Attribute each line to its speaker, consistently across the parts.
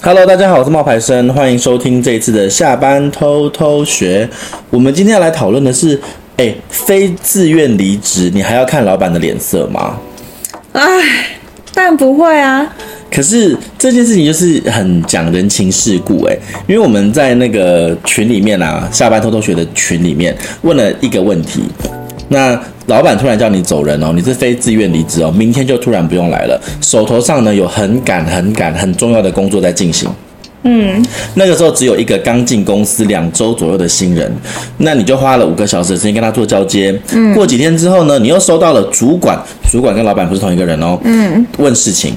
Speaker 1: Hello，大家好，我是冒牌生，欢迎收听这一次的下班偷偷学。我们今天要来讨论的是，哎，非自愿离职，你还要看老板的脸色吗？
Speaker 2: 唉，但不会啊，
Speaker 1: 可是这件事情就是很讲人情世故哎、因为我们在那个群里面啊，下班偷偷学的群里面问了一个问题，那老板突然叫你走人哦，你是非自愿离职哦，明天就突然不用来了，手头上呢有很赶很赶很重要的工作在进行。嗯，那个时候只有一个刚进公司两周左右的新人，那你就花了五个小时的时间跟他做交接。嗯，过几天之后呢，你又收到了主管，主管跟老板不是同一个人哦。嗯，问事情，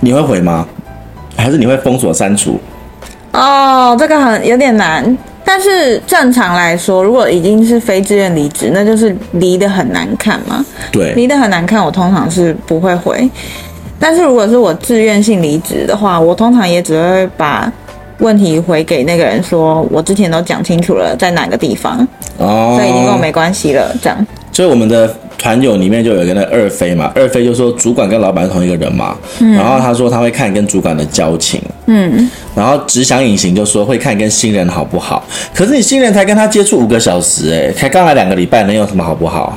Speaker 1: 你会回吗？还是你会封锁删除？
Speaker 2: 哦，这个很有点难。但是正常来说，如果已经是非自愿离职，那就是离得很难看嘛。
Speaker 1: 对，
Speaker 2: 离得很难看，我通常是不会回。但是如果是我自愿性离职的话，我通常也只会把问题回给那个人说，我之前都讲清楚了，在哪个地方，
Speaker 1: 哦，
Speaker 2: 所以已经跟我没关系了，这样。
Speaker 1: 所以我们的团友里面就有一个那个二飞嘛，二飞就说主管跟老板是同一个人嘛，
Speaker 2: 嗯
Speaker 1: 然后他说他会看跟主管的交情，嗯，然后只想隐形就说会看跟新人好不好，可是你新人才跟他接触五个小时、欸，哎，才刚来两个礼拜，能有什么好不好？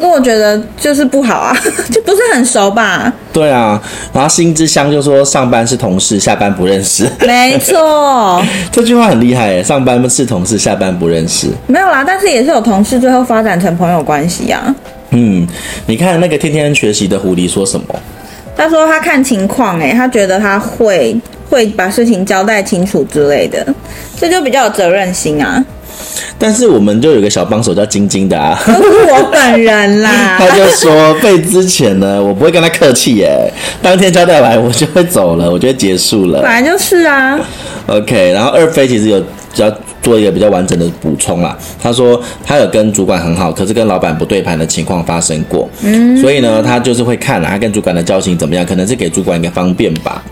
Speaker 2: 因为我觉得就是不好啊， 就不是很熟吧？
Speaker 1: 对啊，然后心之香就说上班是同事，下班不认识，
Speaker 2: 没错。
Speaker 1: 这句话很厉害哎、上班是同事，下班不认识。
Speaker 2: 没有啦，但是也是有同事最后发展成朋友关系啊。
Speaker 1: 嗯，你看那个天天学习的狐狸说什么？
Speaker 2: 他说他看情况、欸，他觉得他会会把事情交代清楚之类的，这就比较有责任心啊。
Speaker 1: 但是我们就有个小帮手叫晶晶的啊，
Speaker 2: 不是我本人啦
Speaker 1: 他，就说被之前呢，我不会跟他客气耶、当天交代完我就会走了，我就会结束
Speaker 2: 本
Speaker 1: 了。
Speaker 2: 来就是啊。
Speaker 1: OK，然后二飞其实有比较做一个比较完整的补充啦，他说他有跟主管很好，可是跟老板不对盘的情况发生过，嗯，所以呢，他就是会看啊，他跟主管的交情怎么样，可能是给主管一个方便吧，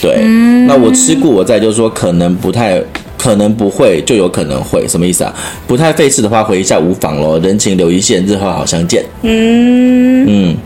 Speaker 1: 对，
Speaker 2: 嗯
Speaker 1: 那我吃过我在就是说可能不太。可能不会，就有可能会，什么意思啊？不太费事的话，回一下无妨咯。人情留一线，日后好相见。
Speaker 2: 嗯，
Speaker 1: 嗯，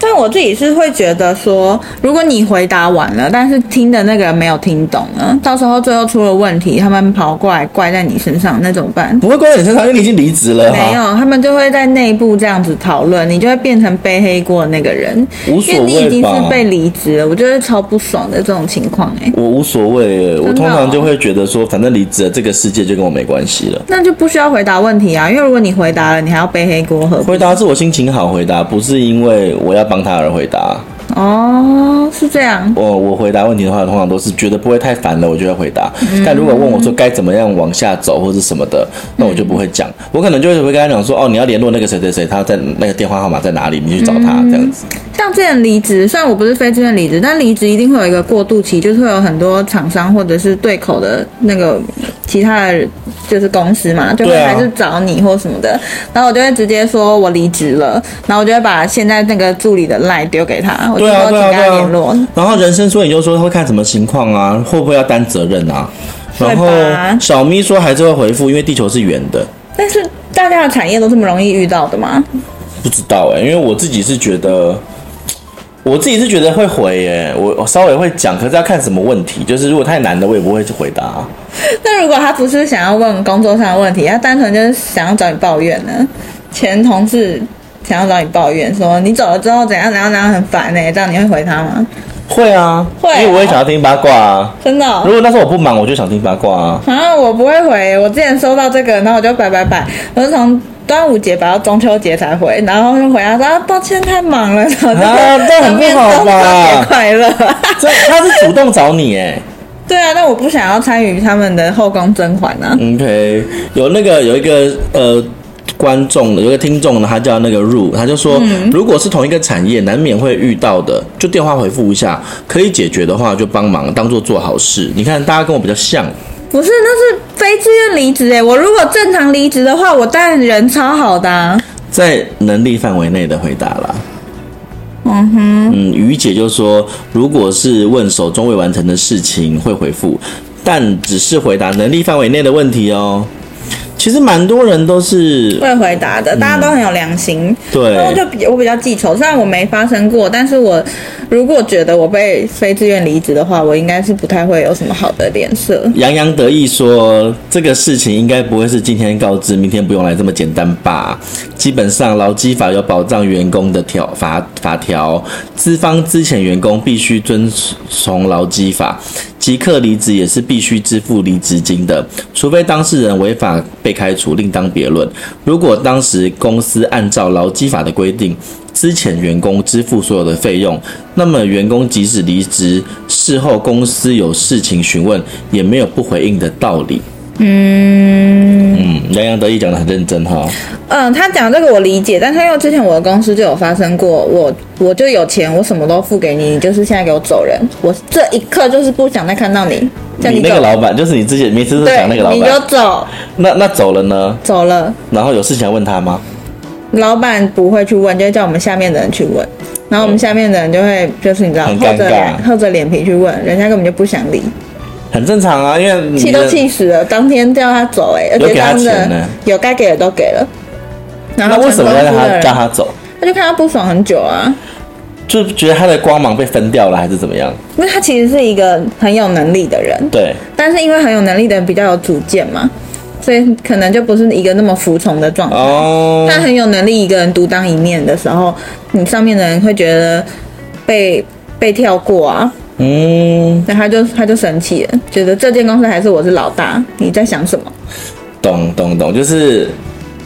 Speaker 2: 但我自己是会觉得说，如果你回答完了，但是听的那个人没有听懂呢，到时候最后出了问题，他们跑过来怪在你身上，那怎么办？
Speaker 1: 不会怪在你身上，因为你已经离职了
Speaker 2: 没
Speaker 1: 哈，
Speaker 2: 有，他们就会在内部这样子讨论，你就会变成背黑锅的那个人，
Speaker 1: 无所
Speaker 2: 因为你已
Speaker 1: 谓
Speaker 2: 经
Speaker 1: 吧
Speaker 2: 是。被离职了，我觉得超不爽的这种情况哎、
Speaker 1: 我无所谓，我
Speaker 2: 真的
Speaker 1: 通
Speaker 2: 哦
Speaker 1: 常就会觉得说，反正离职了，这个世界就跟我没关系了。
Speaker 2: 那就不需要回答问题啊，因为如果你回答了，你还要背黑锅和
Speaker 1: 回答是我心情好回答，不是因为我要帮他而回答。
Speaker 2: 哦，是这样，
Speaker 1: 我我回答问题的话，通常都是觉得不会太烦了，我就会回答。但如果问我说该怎么样往下走或是什么的，那我就不会讲，我可能就会跟他讲说，哦，你要联络那个谁谁谁，他在那个电话号码在哪里，你去找他
Speaker 2: 嗯
Speaker 1: 这样子。
Speaker 2: 像之前离职，虽然我不是非自愿离职，但离职一定会有一个过渡期，就是会有很多厂商或者是对口的那个其他的，就是公司嘛，
Speaker 1: 对
Speaker 2: 就会
Speaker 1: 啊
Speaker 2: 还是找你或什么的，然后我就会直接说我离职了，然后我就会把现在那个助理的赖丢给他，我就
Speaker 1: 对啊
Speaker 2: 说请
Speaker 1: 对啊
Speaker 2: 跟他
Speaker 1: 对啊
Speaker 2: 联络。
Speaker 1: 然后人生说你就说会看什么情况啊，会不会要担责任啊？
Speaker 2: 会
Speaker 1: 然后
Speaker 2: 吧
Speaker 1: 小咪说还是会回复，因为地球是圆的。
Speaker 2: 但是大家的产业都这么容易遇到的吗？
Speaker 1: 不知道哎、因为我自己是觉得，我自己是觉得会回哎、我我稍微会讲，可是要看什么问题。就是如果太难的，我也不会去回答、
Speaker 2: 那如果他不是想要问工作上的问题，他单纯就是想要找你抱怨呢？前同事想要找你抱怨说你走了之后怎样怎样怎样很烦呢、这样你会回他吗？
Speaker 1: 会啊，
Speaker 2: 会啊
Speaker 1: 因为我也想要听八卦啊。
Speaker 2: 真的
Speaker 1: 如
Speaker 2: 哦、
Speaker 1: 果那时候我不忙，我就想听八卦啊。
Speaker 2: 啊，我不会回。我之前收到这个，然后我就摆摆摆，我就从端午节摆到中秋节才回，然后就回答说、啊、抱歉太忙了，然后就
Speaker 1: 啊这很不好吧
Speaker 2: 顺便中秋节快乐。
Speaker 1: 这他是主动找你哎、
Speaker 2: 对啊，那我不想要参与他们的后宫甄嬛啊。
Speaker 1: OK，有那个有一个呃观众的，有一个听众呢，他叫那个 Ru，他就说，
Speaker 2: 嗯
Speaker 1: 如果是同一个产业，难免会遇到的，就电话回复一下，可以解决的话就帮忙，当做做好事。你看，大家跟我比较像，
Speaker 2: 不是，那是非自愿离职哎！我如果正常离职的话，我当然人超好的、啊。
Speaker 1: 在能力范围内的回答啦。
Speaker 2: 嗯哼，
Speaker 1: 嗯，于姐就说，如果是问手中未完成的事情，会回复，但只是回答能力范围内的问题哦。其实蛮多人都是
Speaker 2: 会回答的，大家都很有良心。
Speaker 1: 嗯对
Speaker 2: 然后就比我比较记仇，虽然我没发生过，但是我如果觉得我被非自愿离职的话，我应该是不太会有什么好的脸色。
Speaker 1: 洋洋得意说：“这个事情应该不会是今天告知，明天不用来这么简单吧？基本上，劳基法有保障员工的条法法条，资方之前员工必须遵从劳基法，即刻离职也是必须支付离职金的，除非当事人违法被开除，另当别论。如果当时公司按照劳基法的规定。”之前员工支付所有的费用，那么员工即使离职，事后公司有事情询问，也没有不回应的道理。嗯嗯，洋洋得意讲的很认真哈、
Speaker 2: 嗯，他讲这个我理解，但是因为之前我的公司就有发生过，我我就有钱，我什么都付给你，你就是现在给我走人，我这一刻就是不想再看到你，叫
Speaker 1: 你
Speaker 2: 走
Speaker 1: 那，个老板就是你之前每次都讲那个
Speaker 2: 对，
Speaker 1: 老
Speaker 2: 你就
Speaker 1: 板，
Speaker 2: 走
Speaker 1: 那那走了呢？
Speaker 2: 走了。
Speaker 1: 然后有事情要问他吗？
Speaker 2: 老板不会去问，就会叫我们下面的人去问，然后我们下面的人就会就是你知道
Speaker 1: 很
Speaker 2: 厚着
Speaker 1: 尴
Speaker 2: 脸
Speaker 1: 尬
Speaker 2: 厚着脸皮去问，人家根本就不想理，
Speaker 1: 很正常啊，因为你
Speaker 2: 气
Speaker 1: 的
Speaker 2: 都气死了，当天叫他走哎、而
Speaker 1: 有
Speaker 2: 且
Speaker 1: 给他
Speaker 2: 当
Speaker 1: 钱
Speaker 2: 着
Speaker 1: 呢
Speaker 2: 有该给的都给了，然
Speaker 1: 那
Speaker 2: 后
Speaker 1: 为什么要
Speaker 2: 成
Speaker 1: 让
Speaker 2: 功
Speaker 1: 他
Speaker 2: 的人
Speaker 1: 让他走？
Speaker 2: 他就看他不爽很久啊，
Speaker 1: 就觉得他的光芒被分掉了，还是怎么样？
Speaker 2: 因为他其实是一个很有能力的人，
Speaker 1: 对，
Speaker 2: 但是因为很有能力的人比较有主见嘛，所以可能就不是一个那么服从的状态。
Speaker 1: 哦，
Speaker 2: 他很有能力一个人独当一面的时候，你上面的人会觉得被被跳过啊，
Speaker 1: 嗯，
Speaker 2: 那他就他就生气了，觉得这间公司还是我是老大，你在想什么？
Speaker 1: 懂懂懂，就是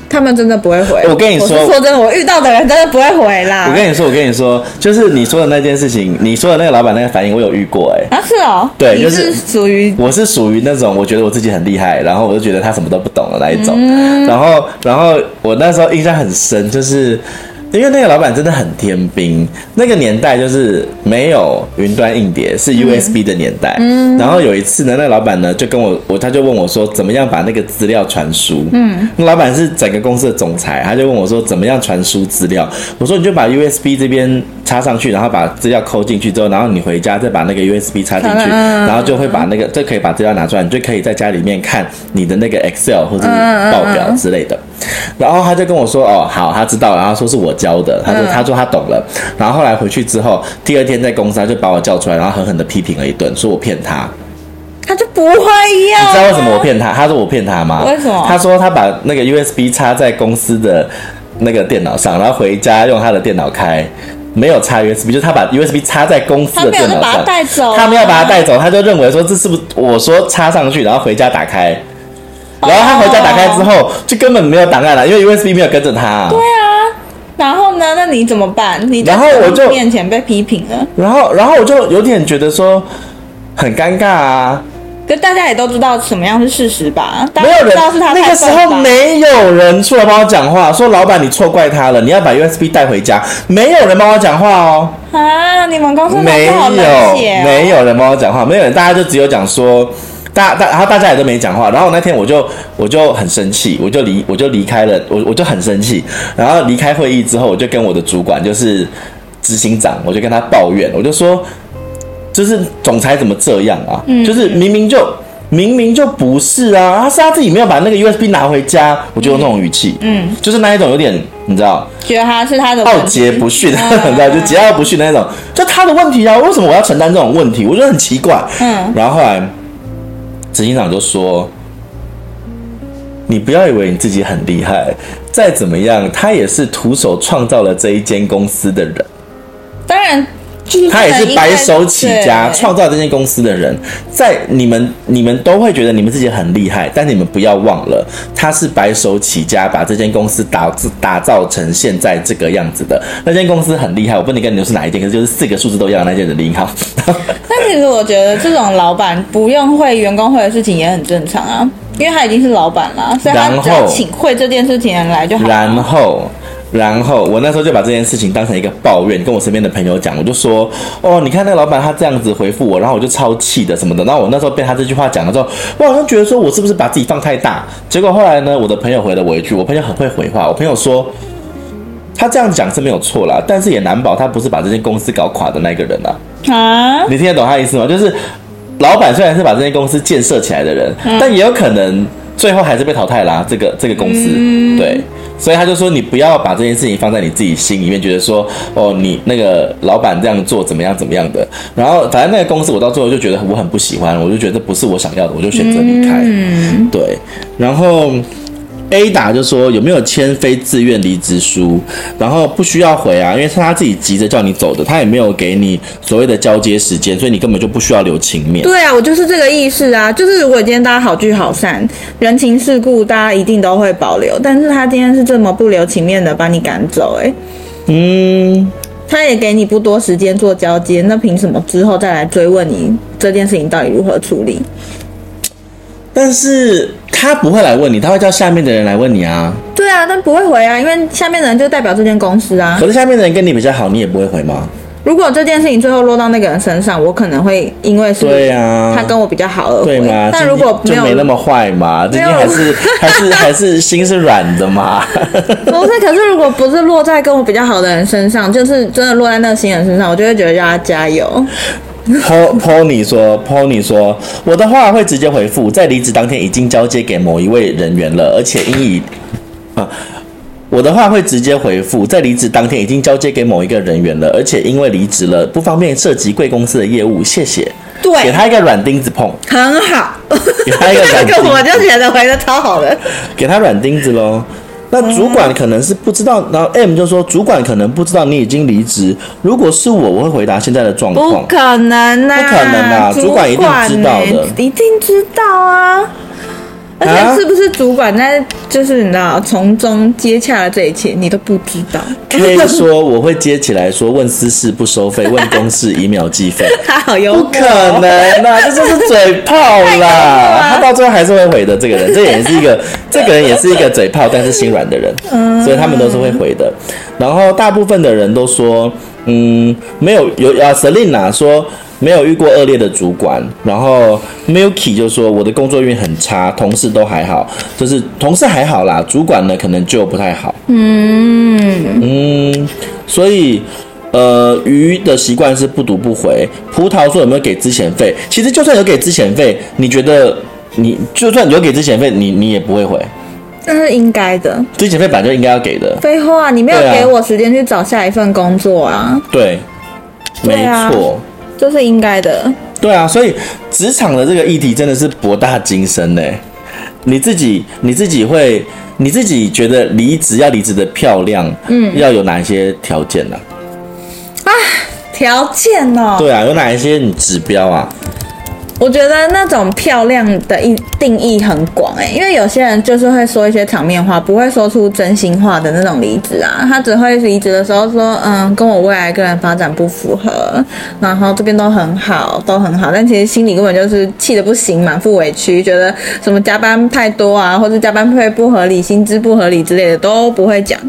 Speaker 2: 他们真的不会回。
Speaker 1: 我跟你说
Speaker 2: 我是说真的，我遇到的人真的不会回
Speaker 1: 我
Speaker 2: 啦。
Speaker 1: 跟你说，我跟你说，就是你说的那件事情，你说的那个老板那个反应，我有遇过哎、
Speaker 2: 啊，是哦，
Speaker 1: 对
Speaker 2: 你
Speaker 1: 就是
Speaker 2: 是属于
Speaker 1: 我是属于那种我觉得我自己很厉害，然后我就觉得他什么都不懂的那一种。然后，然后我那时候印象很深，就是因为那个老板真的很天兵，那个年代就是没有云端硬碟，是 USB 的年代。然后有一次呢，那个老板呢就跟我，我他就问我说，怎么样把那个资料传输？嗯，那老板是整个公司的总裁，他就问我说，怎么样传输资料？我说你就把 USB 这边插上去，然后把资料抠进去之后，然后你回家再把那个 USB 插进去，
Speaker 2: 嗯
Speaker 1: 然后就会把那个就可以把资料拿出来，你就可以在家里面看你的那个 Excel 或者是报表之类的。然后他就跟我说：“哦，好，他知道了。”然后说是我教的，
Speaker 2: 嗯
Speaker 1: 他说、他说他懂了。然后后来回去之后，第二天在公司他就把我叫出来，然后狠狠的批评了一顿，说我骗他。
Speaker 2: 哦他就不会要、啊
Speaker 1: 你知道为什么我？骗他？他说我骗他吗？
Speaker 2: 为什么
Speaker 1: 他说他把那个 USB 插在公司的那个电脑上，然后回家用他的电脑开。没有插 USB，就是他把 USB 插在公司的电脑上，
Speaker 2: 他没有把它带走啊
Speaker 1: 他没有把它带走，他就认为说这是不是我说插上去，然后回家打开，然后他回家打开之后、就根本没有档案了，因为 USB 没有跟着他、
Speaker 2: 对啊，然后呢？那你怎么办？你在
Speaker 1: 然后我就
Speaker 2: 他面前被批评了，
Speaker 1: 然后，然后我就有点觉得说很尴尬啊，
Speaker 2: 可大家也都知道什么样是事实吧？大
Speaker 1: 没
Speaker 2: 家
Speaker 1: 有
Speaker 2: 都知
Speaker 1: 人
Speaker 2: 道是他
Speaker 1: 那
Speaker 2: 太
Speaker 1: 个时
Speaker 2: 笨
Speaker 1: 候
Speaker 2: 吧
Speaker 1: 没有人出来帮我讲话，说老板你错怪他了，你要把 USB 带回家，没有人帮我讲话哦，
Speaker 2: 啊！你们公司
Speaker 1: 没
Speaker 2: 老师好
Speaker 1: 有
Speaker 2: 冷血哦、
Speaker 1: 没有人帮我讲话，没有人，大家就只有讲说。大大，然后大家也都没讲话。然后那天我就我就很生气，我就离我就离开了，我我就很生气。然后离开会议之后，我就跟我的主管，就是执行长，我就跟他抱怨，我就说，就是总裁怎么这样啊？就是明明就明明就不是啊，他是他自己没有把那个 USB 拿回家，我就用那种语气，嗯，就是那一种有点你知道
Speaker 2: 觉得他是他的
Speaker 1: 傲
Speaker 2: 问题嗯
Speaker 1: 节不逊， 你知道就桀骜不驯的那种，就他的问题啊，为什么我要承担这种问题？我觉得很奇怪。
Speaker 2: 嗯
Speaker 1: 然后后来执行长就说：“你不要以为你自己很厉害，再怎么样，他也是徒手创造了这一间公司的人。”
Speaker 2: 当然，就是
Speaker 1: 他也是白手起家
Speaker 2: 对
Speaker 1: 创造这间公司的人，在你们你们都会觉得你们自己很厉害，但你们不要忘了，他是白手起家把这间公司打打造成现在这个样子的。那间公司很厉害，我不能跟你说是哪一间，可是就是四个数字都一样的那间人力银行。
Speaker 2: 但其实我觉得这种老板不用会员工会的事情也很正常啊，因为他已经是老板啦，所以他
Speaker 1: 然
Speaker 2: 只要
Speaker 1: 后
Speaker 2: 请会这件事情的人来就好。
Speaker 1: 然后，然后我那时候就把这件事情当成一个抱怨，跟我身边的朋友讲，我就说，哦，你看那个老板他这样子回复我，然后我就超气的什么的。然后我那时候被他这句话讲了之后，我好像觉得说我是不是把自己放太大？结果后来呢，我的朋友回了我一句，我朋友很会回话，我朋友说。他这样讲是没有错啦，但是也难保他不是把这间公司搞垮的那个人啊。
Speaker 2: 啊，
Speaker 1: 你听得懂他的意思吗？就是老板虽然是把这间公司建设起来的人，但也有可能最后还是被淘汰啦、这个这个公司、对，所以他就说你不要把这件事情放在你自己心里面，觉得说哦你那个老板这样做怎么样怎么样的。然后反正那个公司我到最后就觉得我很不喜欢，我就觉得这不是我想要的，我就选择离开。对，然后 A 打就说有没有签非自愿离职书，然后不需要回啊，因为是他自己急着叫你走的，他也没有给你所谓的交接时间，所以你根本就不需要留情面。
Speaker 2: 对啊，我就是这个意思啊，就是如果今天大家好聚好散，人情世故大家一定都会保留，但是他今天是这么不留情面的把你赶走、欸，
Speaker 1: 嗯，
Speaker 2: 他也给你不多时间做交接，那凭什么之后再来追问你这件事情到底如何处理？
Speaker 1: 但是他不会来问你，他会叫下面的人来问你啊。
Speaker 2: 对啊，但不会回啊，因为下面的人就代表这间公司啊。嗯
Speaker 1: 可是下面的人跟你比较好，你也不会回吗？
Speaker 2: 如果这件事情最后落到那个人身上，我可能会因为
Speaker 1: 对
Speaker 2: 是
Speaker 1: 呀、啊，
Speaker 2: 他跟我比较好而
Speaker 1: 对
Speaker 2: 回。
Speaker 1: 嘛，
Speaker 2: 但如果
Speaker 1: 就
Speaker 2: 没有，
Speaker 1: 没那么坏嘛，最近
Speaker 2: 没有
Speaker 1: 还是还是还是心是软的 嘛。
Speaker 2: 不是，可是如果不是落在跟我比较好的人身上，就是真的落在那个新人身上，我就会觉得让他加油。
Speaker 1: Po Pony 说，Pony 说，我的话会直接回复，在离职当天已经交接给某一位人员了，而且应以啊。我的话会直接回复，在离职当天已经交接给某一个人员了，而且因为离职了不方便涉及贵公司的业务，谢谢。给
Speaker 2: 对，
Speaker 1: 他一个软钉子碰，
Speaker 2: 很好。
Speaker 1: 给他一 个软
Speaker 2: 这
Speaker 1: 钉子
Speaker 2: 个我就觉得回的超好的。
Speaker 1: 给他软钉子喽。那主管可能是不知道，然后 M 就说主管可能不知道你已经离职。如果是我，我会回答现在的状
Speaker 2: 不
Speaker 1: 况。
Speaker 2: 可能呐、
Speaker 1: 不可能啊主管一定知道的啊
Speaker 2: 主管欸一定知道啊。而且是不是主管在就是你知道从中接洽了这一切，你都不知道，
Speaker 1: K 说我会接起来说问私事不收费，问公事以秒计费。
Speaker 2: 他好幽
Speaker 1: 不
Speaker 2: 默。哦
Speaker 1: 可能啊，这就是嘴炮啦！他到最后还是会回的。这个人，这也是一个，这个人也是一个嘴炮，但是心软的人，所以他们都是会回的。然后大部分的人都说，嗯，没有有啊，Selina 说没有遇过恶劣的主管。然后 Milky 就说我的工作运很差，同事都还好，就是同事还好啦，主管呢可能就不太好。
Speaker 2: 嗯，
Speaker 1: 嗯，所以。呃，鱼的习惯是不读不回。葡萄说有没有给之前费？其实就算有给之前费，你觉得你就算有给之前费，你你也不会回。
Speaker 2: 那是应该的。
Speaker 1: 之前费本来就应该要给的，
Speaker 2: 废话，你没有
Speaker 1: 对啊
Speaker 2: 给我时间去找下一份工作啊，
Speaker 1: 对，没
Speaker 2: 对啊
Speaker 1: 错，
Speaker 2: 这是应该的。
Speaker 1: 对啊。所以职场的这个议题真的是博大精深呢、你自己你自己会你自己觉得离职要离职的漂亮，嗯，要有哪一些条件呢、
Speaker 2: 条件哦，
Speaker 1: 对啊，有哪一些你指标啊？
Speaker 2: 我觉得那种漂亮的定定义很广哎、因为有些人就是会说一些场面话，不会说出真心话的那种离职啊，他只会离职的时候说，嗯，跟我未来个人发展不符合，然后这边都很好，都很好，但其实心里根本就是气得不行，满腹委屈，觉得什么加班太多啊，或者加班费不合理、薪资不合理之类的都不会讲。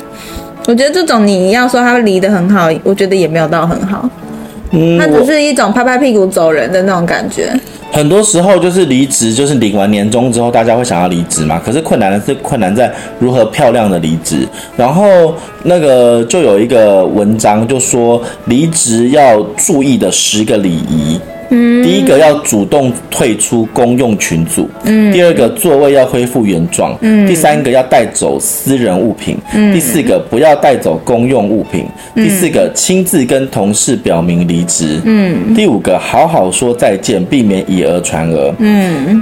Speaker 2: 我觉得这种你要说他离得很好，我觉得也没有到很好，
Speaker 1: 嗯，
Speaker 2: 他
Speaker 1: 我
Speaker 2: 只是一种拍拍屁股走人的那种感觉。
Speaker 1: 很多时候就是离职，就是领完年终之后，大家会想要离职嘛。可是困难的是困难在如何漂亮的离职。然后那个就有一个文章就说，离职要注意的十个礼仪。嗯，第一个要主动退出公用群组。嗯，第二个座位要恢复原状。嗯，第三个要带走私人物品。嗯，第嗯四个不要带走公用物品。第四个亲自跟同事表明离职。嗯，第五个好好说再见，避免以讹传讹。
Speaker 2: 嗯，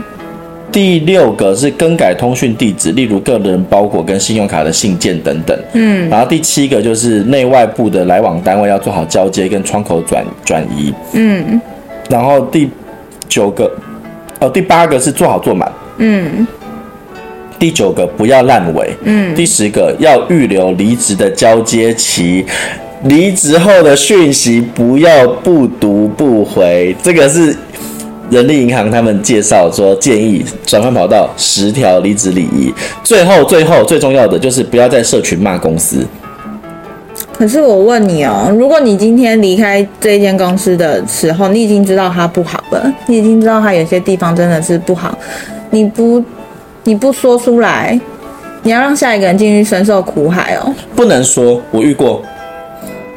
Speaker 1: 第六个是更改通讯地址，例如个人包裹跟信用卡的信件等等。嗯，然后第七个就是内外部的来往单位要做好交接跟窗口转转移。嗯，然后第九个，哦，第八个是做好做满。
Speaker 2: 嗯，
Speaker 1: 第九个不要烂尾，嗯，第十个要预留离职的交接期，离职后的讯息不要不读不回，这个是人力银行他们介绍说建议转换跑道十条离职礼仪。最后最后最重要的就是不要在社群骂公司，
Speaker 2: 可是我问你哦，如果你今天离开这一间公司的时候，你已经知道它不好了，你已经知道它有些地方真的是不好，你不你不说出来，你要让下一个人进去深受苦海哦。
Speaker 1: 不能说我遇过，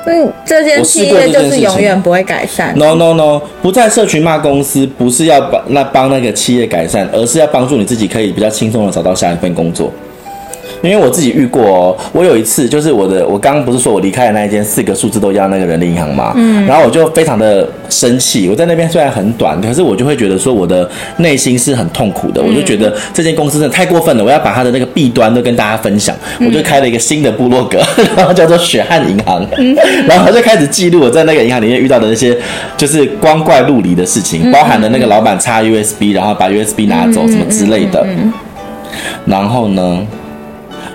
Speaker 2: 嗯，这件
Speaker 1: 我
Speaker 2: 企
Speaker 1: 试过
Speaker 2: 业
Speaker 1: 这
Speaker 2: 就
Speaker 1: 件事
Speaker 2: 是
Speaker 1: 情
Speaker 2: 永远不会改善。
Speaker 1: No no no，不在社群骂公司，不是要帮那帮那个企业改善，而是要帮助你自己可以比较轻松的找到下一份工作。因为我自己遇过哦，我有一次就是我的，我刚刚不是说我离开的那一间四个数字都一样那个人力银行嘛，嗯，然后我就非常的生气。我在那边虽然很短，可是我就会觉得说我的内心是很痛苦的，我就觉得这间公司真的太过分了，我要把它的那个弊端都跟大家分享。我就开了一个新的部落格， 然后叫做血汗银行，然后就开始记录我在那个银行里面遇到的那些就是光怪陆离的事情，包含了那个老板插 USB，然后把 USB 拿走什么之类的。然后呢？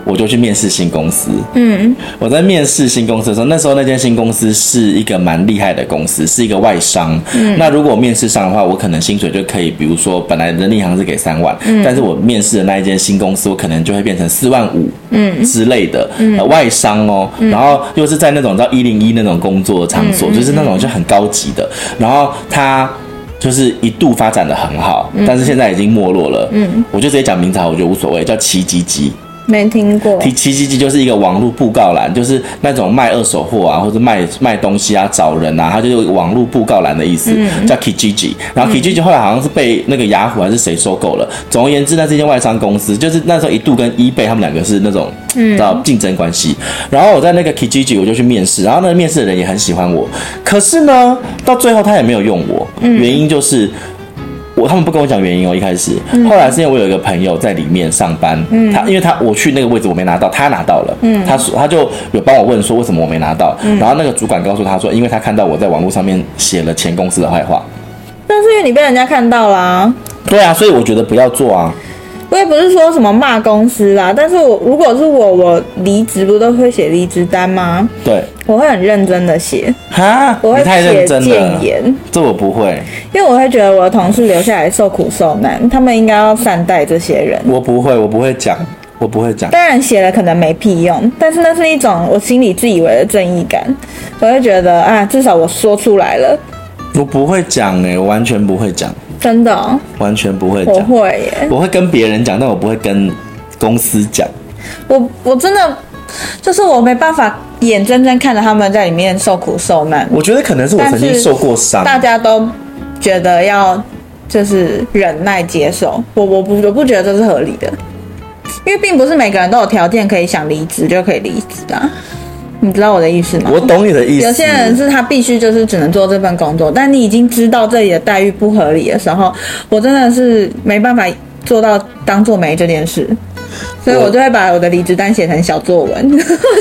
Speaker 1: 我就去面试新公司。
Speaker 2: 嗯，
Speaker 1: 我在面试新公司的时候，那时候那间新公司是一个蛮厉害的公司，是一个外商。那如果我面试上的话，我可能薪水就可以，比如说本来人力银行是给三万，但是我面试的那一间新公司，我可能就会变成四万五，嗯之类的。呃外商哦，然后又是在那种叫一零一那种工作场所，就是那种就很高级的。然后他。就是一度发展的很好，但是现在已经没落了。嗯，我就直接讲名字好，我觉得无所谓，叫奇吉吉。
Speaker 2: 没听过。
Speaker 1: 提奇迹机就是一个网络布告栏，就是那种卖二手货啊，或者卖卖东西啊、找人啊，它就是有网络布告栏的意思，叫 Kijiji。然后 Kijiji 后来好像是被那个雅虎还是谁收购了。总而言之，那是一间外商公司，就是那时候一度跟 eBay 他们两个是那种叫竞争关系。然后我在那个 Kijiji 我就去面试，然后那个面试的人也很喜欢我，可是呢，到最后他也没有用我，原因就是。我他们不跟我讲原因哦，一开始，
Speaker 2: 嗯
Speaker 1: 后来是因为我有一个朋友在里面上班，他因为他我去那个位置我没拿到，他拿到了，
Speaker 2: 嗯
Speaker 1: 他说他就有帮我问说为什么我没拿到，然后那个主管告诉他说，因为他看到我在网络上面写了前公司的坏话，
Speaker 2: 但是因为你被人家看到啦、
Speaker 1: 对啊，所以我觉得不要做啊，
Speaker 2: 我也不是说什么骂公司啦，但是我如果是我，我离职不都会写离职单吗？
Speaker 1: 对，
Speaker 2: 我会很认真的写，
Speaker 1: 哈，
Speaker 2: 我
Speaker 1: 你
Speaker 2: 会
Speaker 1: 太
Speaker 2: 写
Speaker 1: 认真
Speaker 2: 谏
Speaker 1: 了，
Speaker 2: 言，
Speaker 1: 这我不会，
Speaker 2: 因为我会觉得我的同事留下来受苦受难，他们应该要善待这些人。
Speaker 1: 我不会，我不会讲，我不会讲，
Speaker 2: 当然写了可能没屁用，但是那是一种我心里自以为的正义感，我会觉得啊，至少我说出来了，
Speaker 1: 我不会讲哎、我完全不会讲，
Speaker 2: 真的哦、
Speaker 1: 完全不会
Speaker 2: 我
Speaker 1: 讲，
Speaker 2: 会耶，
Speaker 1: 我会跟别人讲，但我不会跟公司讲。
Speaker 2: 我我真的就是我没办法眼睁睁看着他们在里面受苦受难，
Speaker 1: 我觉得可能是我曾经
Speaker 2: 但是
Speaker 1: 受过伤，
Speaker 2: 大家都觉得要就是忍耐接受，我我不我不觉得这是合理的，因为并不是每个人都有条件可以想离职就可以离职啊，你知道我的意思吗？
Speaker 1: 我懂你的意思。
Speaker 2: 有些人是他必须就是只能做这份工作，但你已经知道这里的待遇不合理的时候，我真的是没办法做到当做没这件事，所以
Speaker 1: 我
Speaker 2: 我就会把我的离职单写成小作文，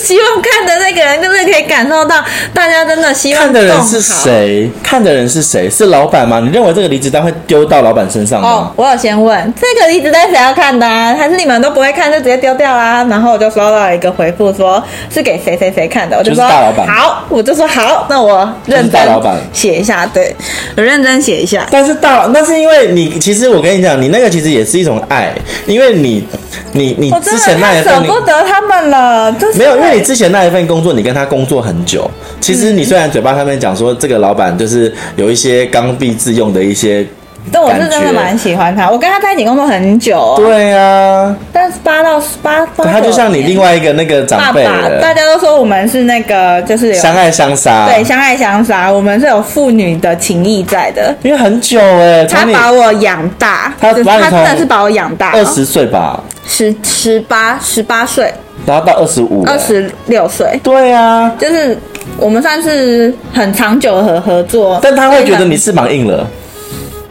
Speaker 2: 希望看的那个人就是可以感受到大家真的希望
Speaker 1: 看的人
Speaker 2: 更
Speaker 1: 是
Speaker 2: 好？
Speaker 1: 谁？看的人是谁？是老板吗？你认为这个离职单会丢到老板身上
Speaker 2: 哦
Speaker 1: 吗？，
Speaker 2: 我有先问这个离职单谁要看的、啊，还是你们都不会看就直接丢掉啦？然后我就收到一个回复说是给谁谁谁看的，我
Speaker 1: 就是
Speaker 2: 说
Speaker 1: 大老板
Speaker 2: 好，我就说好，那我认
Speaker 1: 就是大
Speaker 2: 真
Speaker 1: 老板
Speaker 2: 写一下，对我认真写一下。
Speaker 1: 但是大，那是因为你，其实我跟你讲，你那个其实也是一种爱，因为你，你，你
Speaker 2: 我真
Speaker 1: 之
Speaker 2: 的
Speaker 1: 前那
Speaker 2: 太
Speaker 1: 一
Speaker 2: 舍
Speaker 1: 份你
Speaker 2: 不得他们了，就是
Speaker 1: 没有，因为你之前那一份工作，你跟他工作很久。其实
Speaker 2: 嗯
Speaker 1: 你虽然嘴巴上面讲说这个老板就是有一些刚愎自用的一些，
Speaker 2: 但我是真
Speaker 1: 感觉
Speaker 2: 的蛮喜欢他，我跟他在一起工作很久哦、
Speaker 1: 对啊，
Speaker 2: 但是八到八八，
Speaker 1: 他就像你另外一个那个
Speaker 2: 爸
Speaker 1: 长辈
Speaker 2: 爸，大
Speaker 1: 了，
Speaker 2: 家都说我们是那个就是有
Speaker 1: 相爱相杀，
Speaker 2: 对，相爱相杀，我们是有父女的情谊在的。
Speaker 1: 因为很久哎、从
Speaker 2: 他
Speaker 1: 你
Speaker 2: 把我啊养大，
Speaker 1: 他
Speaker 2: 就是
Speaker 1: 把你
Speaker 2: 他
Speaker 1: 从
Speaker 2: 真的是把我养大、哦
Speaker 1: 二十岁吧，
Speaker 2: 十十八十八岁，
Speaker 1: 然后到二十五，
Speaker 2: 二，十六岁，
Speaker 1: 对啊，
Speaker 2: 就是我们算是很长久的合作。
Speaker 1: 但他会觉得
Speaker 2: 所以
Speaker 1: 你
Speaker 2: 很，
Speaker 1: 翅膀硬了，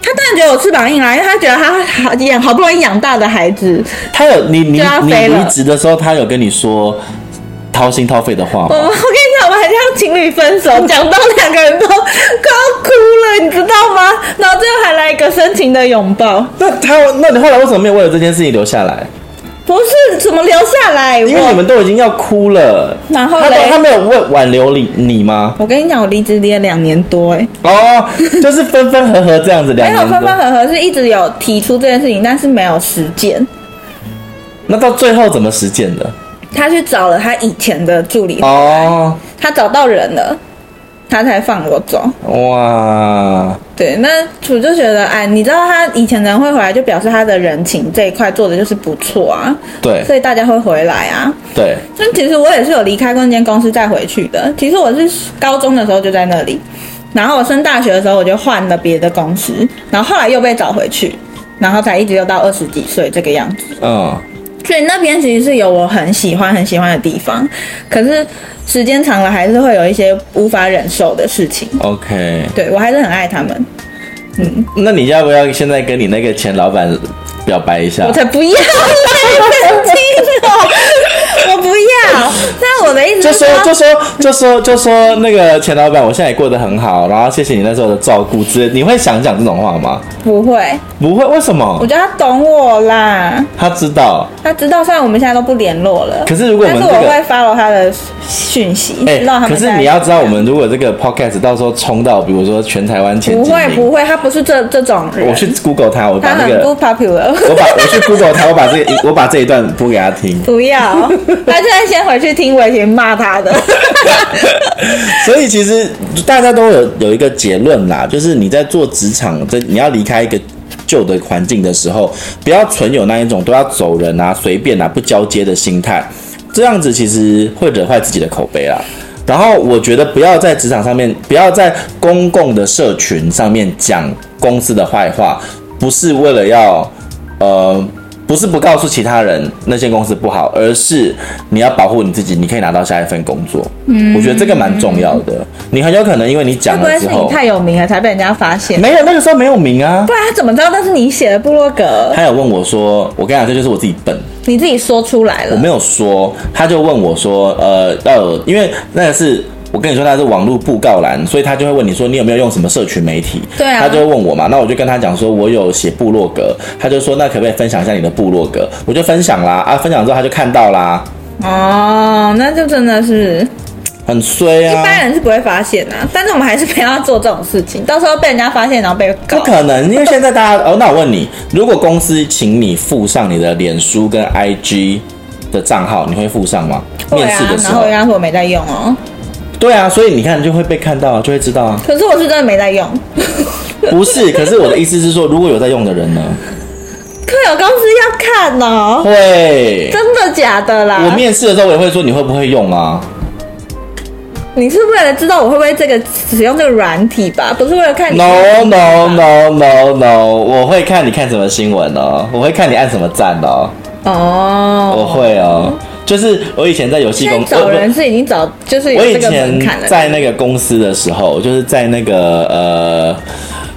Speaker 2: 他当然觉得我翅膀硬啊啦，因为他觉得他好养好不容易养大的孩子，
Speaker 1: 他有你你
Speaker 2: 就要
Speaker 1: 你
Speaker 2: 啊飞了
Speaker 1: 离职的时候，他有跟你说掏心掏肺的话
Speaker 2: 哦我我
Speaker 1: 吗？
Speaker 2: 跟你讲，我们还像情侣分手， 讲到两个人都快要哭了，你知道吗？然后最后还来一个深情的拥抱，
Speaker 1: 那他那你后来为什么没有为了这件事情留下来？
Speaker 2: 不是怎么留下来？
Speaker 1: 因为
Speaker 2: 我
Speaker 1: 你们都已经要哭了，
Speaker 2: 然后
Speaker 1: 他
Speaker 2: 嘞
Speaker 1: 他没有问挽留你你吗？
Speaker 2: 我跟你讲，我离职离了两年多、欸，
Speaker 1: 哦，就是分分合合这样子，两
Speaker 2: 哎，没有
Speaker 1: 年
Speaker 2: 分分
Speaker 1: 多，
Speaker 2: 合合是一直有提出这件事情，但是没有实践。
Speaker 1: 那到最后怎么实践的？
Speaker 2: 他去找了他以前的助理，
Speaker 1: 哦，
Speaker 2: 他找到人了，他才放我走。
Speaker 1: 哇，
Speaker 2: 对，那楚就觉得，哎，你知道他以前人会回来，就表示他的人情这一块做的就是不错啊，
Speaker 1: 对
Speaker 2: 所以大家会回来啊。
Speaker 1: 对，
Speaker 2: 但其实我也是有离开过那间公司再回去的。其实我是高中的时候就在那里，然后我升大学的时候我就换了别的公司，然后后来又被找回去，然后才一直又到二十几岁这个样子。
Speaker 1: 嗯，
Speaker 2: 所以那边其实是有我很喜欢很喜欢的地方，可是时间长了还是会有一些无法忍受的事情。
Speaker 1: OK，
Speaker 2: 对我还是很爱他们，
Speaker 1: 那你要不要现在跟你那个前老板表白一下
Speaker 2: 我？才不要，太神经了，我不要。那我的 意思
Speaker 1: 就是说就说就说就说那个前老板，我现在也过得很好，然后谢谢你那时候的照顾之类，你会想讲这种话吗？
Speaker 2: 不会，
Speaker 1: 不会，为什
Speaker 2: 我
Speaker 1: 么？
Speaker 2: 觉得他懂我啦。
Speaker 1: 他知道。
Speaker 2: 他知道，虽然我们现在都不联络了，
Speaker 1: 可是如果我
Speaker 2: 但
Speaker 1: 们
Speaker 2: 是
Speaker 1: 这个
Speaker 2: 我会 follow 他的讯息，
Speaker 1: 哎、
Speaker 2: 知道他们
Speaker 1: 可是
Speaker 2: 在
Speaker 1: 你要知道，我们如果这个 podcast 到时候冲到，比如说全台湾前
Speaker 2: 不
Speaker 1: 几
Speaker 2: 会
Speaker 1: 名，
Speaker 2: 不会，他不是这这种人，
Speaker 1: 我去 Google 他，我把
Speaker 2: 他
Speaker 1: 那
Speaker 2: 很
Speaker 1: 个，
Speaker 2: 不 popular。
Speaker 1: 我把我去 Google 他，我把这个，我把这一段播给他听。
Speaker 2: 不要， 他现在先回去听伟霆骂他的。
Speaker 1: 所以其实大家都有有一个结论啦，就是你在做职场，这你要离开一个旧的环境的时候，不要存有那一种都要走人啊、随便啊、不交接的心态，这样子其实会惹坏自己的口碑啦。然后我觉得不要在职场上面，不要在公共的社群上面讲公司的坏话，不是为了要呃。不是不告诉其他人那些公司不好，而是你要保护你自己，你可以拿到下一份工作。嗯，我觉得这个蛮重要的。你很有可能因为你
Speaker 2: 会
Speaker 1: 讲
Speaker 2: 不会
Speaker 1: 了
Speaker 2: 是
Speaker 1: 之
Speaker 2: 你
Speaker 1: 后，
Speaker 2: 太有名了才被人家 发现？
Speaker 1: 没有那个时候没有名啊
Speaker 2: 不。然他怎么知道那是你写的部落格？
Speaker 1: 他有问我说，我跟你讲，这就是我自己笨，
Speaker 2: 你自己说出来
Speaker 1: 我
Speaker 2: 了。
Speaker 1: 没有说。他就问我说，呃，要有，因为那个是我跟你说那是网络布告栏，所以他就会问你说你有没有用什么社群媒体？
Speaker 2: 对啊
Speaker 1: 他就会问我嘛，那我就跟他讲说我有写部落格，他就说那可不可以分享一下你的部落格？我就分享啦，啊，分享之后他就看到啦，
Speaker 2: 哦，那就真的是
Speaker 1: 很衰
Speaker 2: 一
Speaker 1: 啊。
Speaker 2: 般人是不会发现啊。但是我们还是不要做这种事情，到时候被人家发现然后被告
Speaker 1: 不。可能，因为现在大家哦，那我问你，如果公司请你附上你的脸书跟 IG 的账号，你会附上吗？
Speaker 2: 对
Speaker 1: 面
Speaker 2: 啊
Speaker 1: 试的，时
Speaker 2: 然后
Speaker 1: 候
Speaker 2: 人，家说我没在用哦，
Speaker 1: 对啊，所以你看就会被看到啊，就会知道 啊。
Speaker 2: 可是我是真的没在用。
Speaker 1: 不是，可是我的意思是说，如果有在用的人呢，
Speaker 2: 客友公司要看哦，
Speaker 1: 会。
Speaker 2: 真的假的啦？
Speaker 1: 我面试的时候我也会说你会不会用啊？
Speaker 2: 你是为了知道我会不会这个使用这个软体吧？不是为了看 你
Speaker 1: No no no no no，我会看你看什么新闻哦，我会看你按什么赞哦，我
Speaker 2: 哦。
Speaker 1: 会哦。就是我以前在游戏
Speaker 2: 现
Speaker 1: 公
Speaker 2: 在
Speaker 1: 司，
Speaker 2: 找人是已经找，就是有
Speaker 1: 我以
Speaker 2: 这个门
Speaker 1: 前
Speaker 2: 槛了。
Speaker 1: 在那个公司的时候，就是在那个呃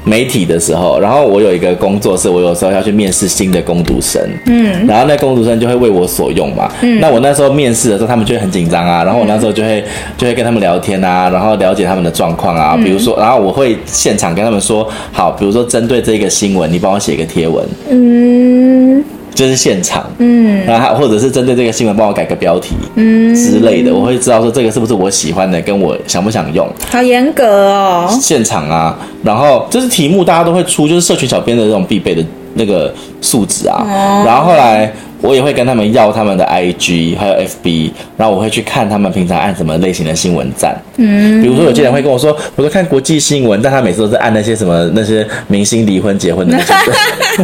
Speaker 1: 媒体的时候，然后我有一个工作室，我有时候要去面试新的工读生，嗯，然后那工读生就会为我所用嘛，嗯，那我那时候面试的时候，他们就会很紧张啊，然后我那时候就
Speaker 2: 嗯
Speaker 1: 会就会跟他们聊天啊，然后了解他们的状况啊，比如说，然后我会现场跟他们说，好，比如说针对这个新闻，你帮我写一个贴文，
Speaker 2: 嗯，
Speaker 1: 就是现场，嗯，然后或者是针对这个新闻帮我改个标题，嗯之类的，我会知道说这个是不是我喜欢的，跟我想不想用。
Speaker 2: 好严格哦。
Speaker 1: 现场啊，然后这是题目，大家都会出，就是社群小编的这种必备的那个素质啊。然后后来我也会跟他们要他们的 IG 还有 FB，然后我会去看他们平常按什么类型的新闻站。嗯，比如说有些人会跟我说，我都看国际新闻，但他每次都是按那些什么那些明星离婚结婚的那些。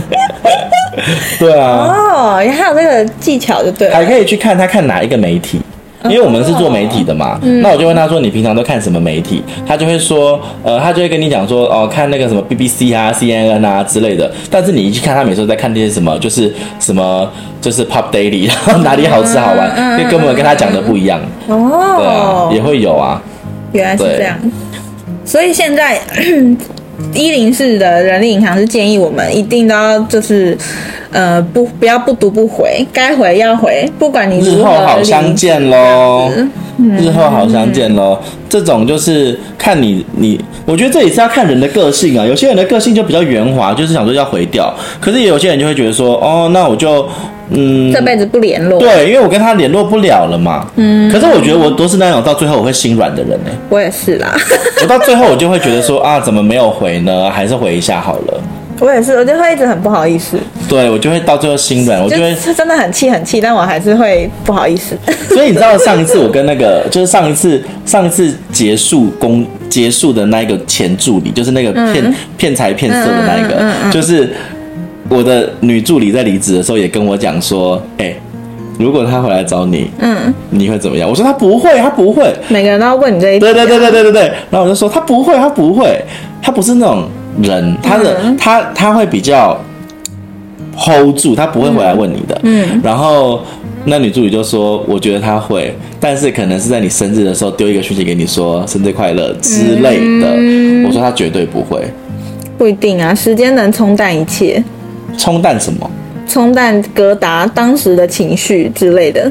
Speaker 1: 对啊。
Speaker 2: 哦，也还有这个技巧就对
Speaker 1: 还
Speaker 2: 了。
Speaker 1: 可以去看他看哪一个媒体，因为我们是做媒体的嘛。那我就问他说：“你平常都看什么媒体？”他就会说：“呃，他就会跟你讲说，哦，看那个什么 BBC 啊、CNN 啊之类的。”但是你一去看，他每次都在看那些什么，就是什么，就是 Pop Daily，然后哪里好吃好玩，就根本跟他讲的不一样。对啊
Speaker 2: 哦，，
Speaker 1: 也会有啊。
Speaker 2: 原来是
Speaker 1: 对
Speaker 2: 这样。所以现在 一零四的人力银行是建议我们一定都要就是，呃，不不要不读不回，该回要回，不管你
Speaker 1: 日
Speaker 2: 如
Speaker 1: 后
Speaker 2: 何
Speaker 1: 好
Speaker 2: 理
Speaker 1: 相见喽，日后好相见喽。这种就是看你你，我觉得这也是要看人的个性啊。有些人的个性就比较圆滑，就是想说要回掉；可是也有些人就会觉得说，哦，那我就嗯，
Speaker 2: 这辈子不联络。
Speaker 1: 对，因为我跟他联络不了了嘛。嗯，可是我觉得我都是那种到最后我会心软的人呢、
Speaker 2: 我也是啦，
Speaker 1: 我到最后我就会觉得说啊，怎么没有回呢？还是回一下好了。
Speaker 2: 我也是，我就会一直很不好意思，
Speaker 1: 对，我就会到最后心软，我就会
Speaker 2: 是真的很气很气，但我还是会不好意思。
Speaker 1: 所以你知道上一次我跟那个，就是上一次上一次结束工结束的那一个前助理，就是那个骗、骗财骗色的那一个，就是我的女助理在离职的时候也跟我讲说，哎、如果她回来找你，嗯，你会怎么样？我说她不会，她不会，
Speaker 2: 每个人都要问你这一题啊、
Speaker 1: 对对对对对对对。然后我就说他不会，他不会，他不是那种人，他的、他他会比较 hold 住，他不会回来问你的。嗯。然后那女助理就说：“我觉得他会，但是可能是在你生日的时候丢一个讯息给你说生日快乐之类的。我说：“他绝对不会
Speaker 2: 不一定啊，时间能冲淡一切，
Speaker 1: 冲淡什么。”
Speaker 2: 冲淡疙瘩、当时的情绪之类的。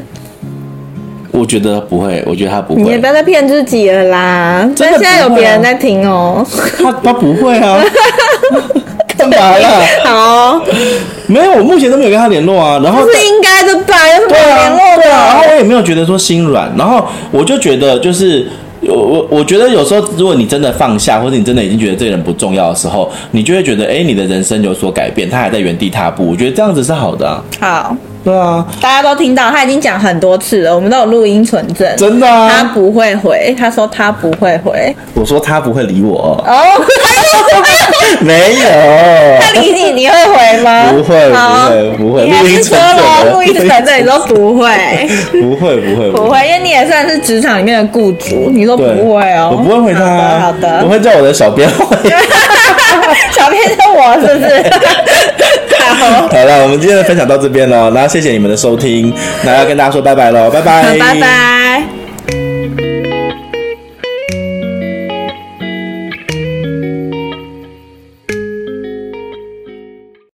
Speaker 1: 我觉得不会，我觉得他不
Speaker 2: 你也
Speaker 1: 会
Speaker 2: 不，要再骗自己了啦！
Speaker 1: 真
Speaker 2: 但
Speaker 1: 的
Speaker 2: 现在有
Speaker 1: 不会啊
Speaker 2: 别人在听 哦。
Speaker 1: 他他不会 啊，干嘛啦？
Speaker 2: 好哦，
Speaker 1: 没有，我目前都没有跟他联络啊。然后
Speaker 2: 不是应该的吧？有什么
Speaker 1: 对
Speaker 2: 好
Speaker 1: 啊
Speaker 2: 联，络
Speaker 1: 对啊，然后
Speaker 2: 的？
Speaker 1: 我也没有觉得说心软，然后我就觉得就是。我我我觉得有时候，如果你真的放下，或者你真的已经觉得这个人不重要的时候，你就会觉得，哎、你的人生有所改变，他还在原地踏步。我觉得这样子是好的啊，
Speaker 2: 好，
Speaker 1: 对啊，
Speaker 2: 大家都听到，他已经讲很多次了，我们都有录音存证。
Speaker 1: 真的
Speaker 2: 他
Speaker 1: 啊。
Speaker 2: 不会回，他说他不会回。
Speaker 1: 我说他不会理 我，
Speaker 2: 哦，
Speaker 1: 没 有，
Speaker 2: 那你你你会回吗？
Speaker 1: 不会
Speaker 2: 好
Speaker 1: 不会不会
Speaker 2: 你还
Speaker 1: 录音
Speaker 2: 是
Speaker 1: 存
Speaker 2: 说
Speaker 1: 证
Speaker 2: 咯
Speaker 1: 了
Speaker 2: 录音存证，你说不会，
Speaker 1: 不会不会
Speaker 2: 不。会，因为你也算是职场里面的雇主，你说不
Speaker 1: 对，
Speaker 2: 会哦，
Speaker 1: 我不会回他啊，
Speaker 2: 好的，
Speaker 1: 我
Speaker 2: 好的，
Speaker 1: 会叫我的小编回。
Speaker 2: 小编是我是 不是？好，
Speaker 1: 好了，我们今哎天的分享到这边了，然后谢谢你们的收听，那要跟大家说拜拜喽，拜拜，
Speaker 2: 拜拜。